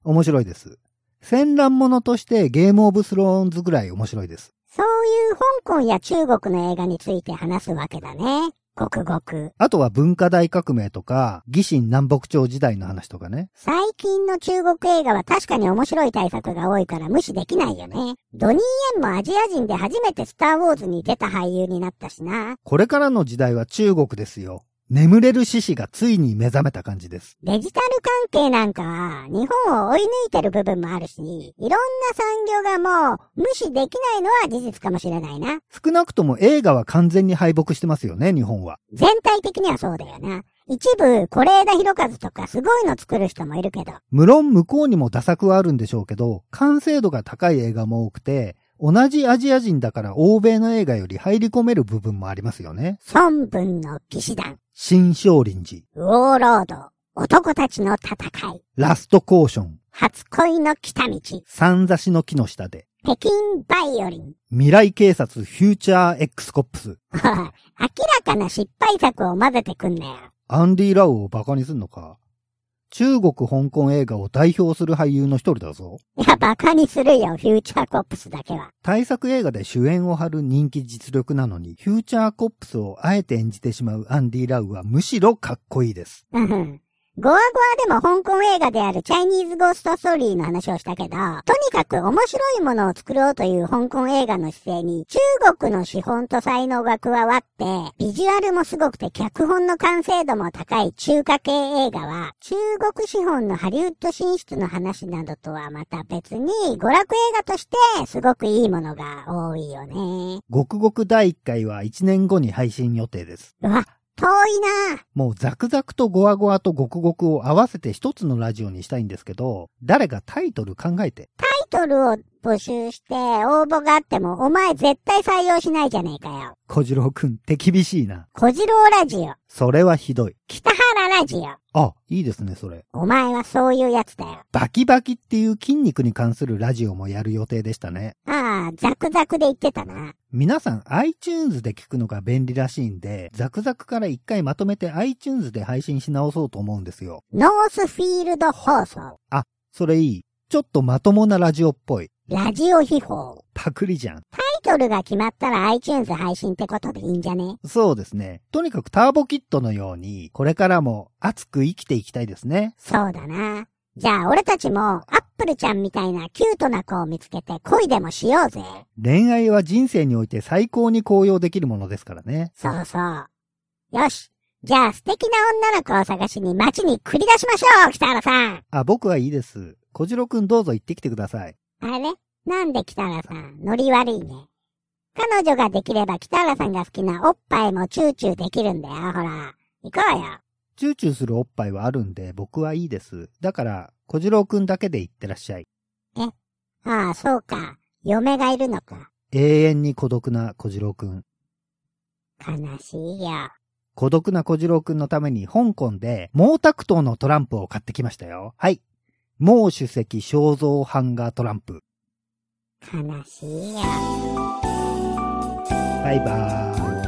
Speaker 2: 面白いです。戦乱者としてゲームオブスローンズぐらい面白いです。
Speaker 1: そういう香港や中国の映画について話すわけだね。ごくごく。
Speaker 2: あとは文化大革命とか、義神南北朝時代の話とかね。
Speaker 1: 最近の中国映画は確かに面白い対策が多いから無視できないよね。ドニー・エンもアジア人で初めてスター・ウォーズに出た俳優になったしな。
Speaker 2: これからの時代は中国ですよ。眠れる獅子がついに目覚めた感じです。
Speaker 1: デジタル関係なんかは、日本を追い抜いてる部分もあるし、いろんな産業がもう無視できないのは事実かもしれないな。
Speaker 2: 少なくとも映画は完全に敗北してますよね、日本は。
Speaker 1: 全体的にはそうだよな。一部、是枝裕和とかすごいの作る人もいるけど、
Speaker 2: 無論向こうにも打作はあるんでしょうけど、完成度が高い映画も多くて、同じアジア人だから欧米の映画より入り込める部分もありますよね。
Speaker 1: 孫文の騎士団、
Speaker 2: 新少林寺、
Speaker 1: ウォーロード、男たちの戦い、
Speaker 2: ラストコーション、
Speaker 1: 初恋の来た道、
Speaker 2: 三差しの木の下で、
Speaker 1: 北京バイオリン。
Speaker 2: 未来警察フューチャー X コップス、
Speaker 1: おい明らかな失敗作を混ぜてくんなよ。
Speaker 2: アンディ・ラウをバカにすんのか。中国香港映画を代表する俳優の一人だぞ。
Speaker 1: いや、バカにするよ、フューチャーコップスだけは。
Speaker 2: 対策映画で主演を張る人気実力なのに、フューチャーコップスをあえて演じてしまうアンディ・ラウはむしろかっこいいです。
Speaker 1: うんうんゴワゴワでも香港映画であるチャイニーズゴーストストーリーの話をしたけど、とにかく面白いものを作ろうという香港映画の姿勢に中国の資本と才能が加わって、ビジュアルもすごくて脚本の完成度も高い中華系映画は、中国資本のハリウッド進出の話などとはまた別に、娯楽映画としてすごくいいものが多いよね。
Speaker 2: ごくごく第1回は1年後に配信予定です。
Speaker 1: うわ、遠いなぁ。
Speaker 2: もうザクザクとゴワゴワとゴクゴクを合わせて一つのラジオにしたいんですけど、誰かタイトル考えて。
Speaker 1: タイトルを募集して応募があっても、お前絶対採用しないじゃねえかよ。
Speaker 2: 小次郎くん手厳しいな。
Speaker 1: 小次郎ラジオ、
Speaker 2: それはひどい。
Speaker 1: 北原ラジオ。
Speaker 2: あ、いいですね、それ。
Speaker 1: お前はそういうやつだよ。
Speaker 2: バキバキっていう筋肉に関するラジオもやる予定でしたね。
Speaker 1: ああ、ザクザクで言ってたな。
Speaker 2: 皆さん iTunes で聞くのが便利らしいんで、ザクザクから一回まとめて iTunes で配信し直そうと思うんですよ。
Speaker 1: ノースフィールド放送、
Speaker 2: それいい。ちょっとまともなラジオっぽい。
Speaker 1: ラジオ秘宝。
Speaker 2: パクリじゃん。
Speaker 1: タイトルが決まったら iTunes 配信ってことでいいんじゃね
Speaker 2: そうですね。とにかくターボキットのように、これからも熱く生きていきたいですね。
Speaker 1: そうだな。じゃあ俺たちも、アップルちゃんみたいなキュートな子を見つけて恋でもしようぜ。
Speaker 2: 恋愛は人生において最高に高揚できるものですからね。
Speaker 1: そうそう。よし。じゃあ素敵な女の子を探しに街に繰り出しましょう、北原さん。
Speaker 2: あ、僕はいいです。小次郎くんどうぞ行ってきてください。
Speaker 1: あれなんで北原さん、ノリ悪いね。彼女ができれば北原さんが好きなおっぱいもチューチューできるんだよ、ほら。行こうよ。
Speaker 2: チューチューするおっぱいはあるんで、僕はいいです。だから、小次郎くんだけで行ってらっしゃい。
Speaker 1: ああ、そうか。嫁がいるのか。
Speaker 2: 永遠に孤独な小次郎くん。
Speaker 1: 悲しいよ。
Speaker 2: 孤独な小次郎くんのために香港で毛沢東のトランプを買ってきましたよ。はい。毛主席肖像ハンガートランプ。
Speaker 1: 悲しいよ。
Speaker 2: バイバーイ。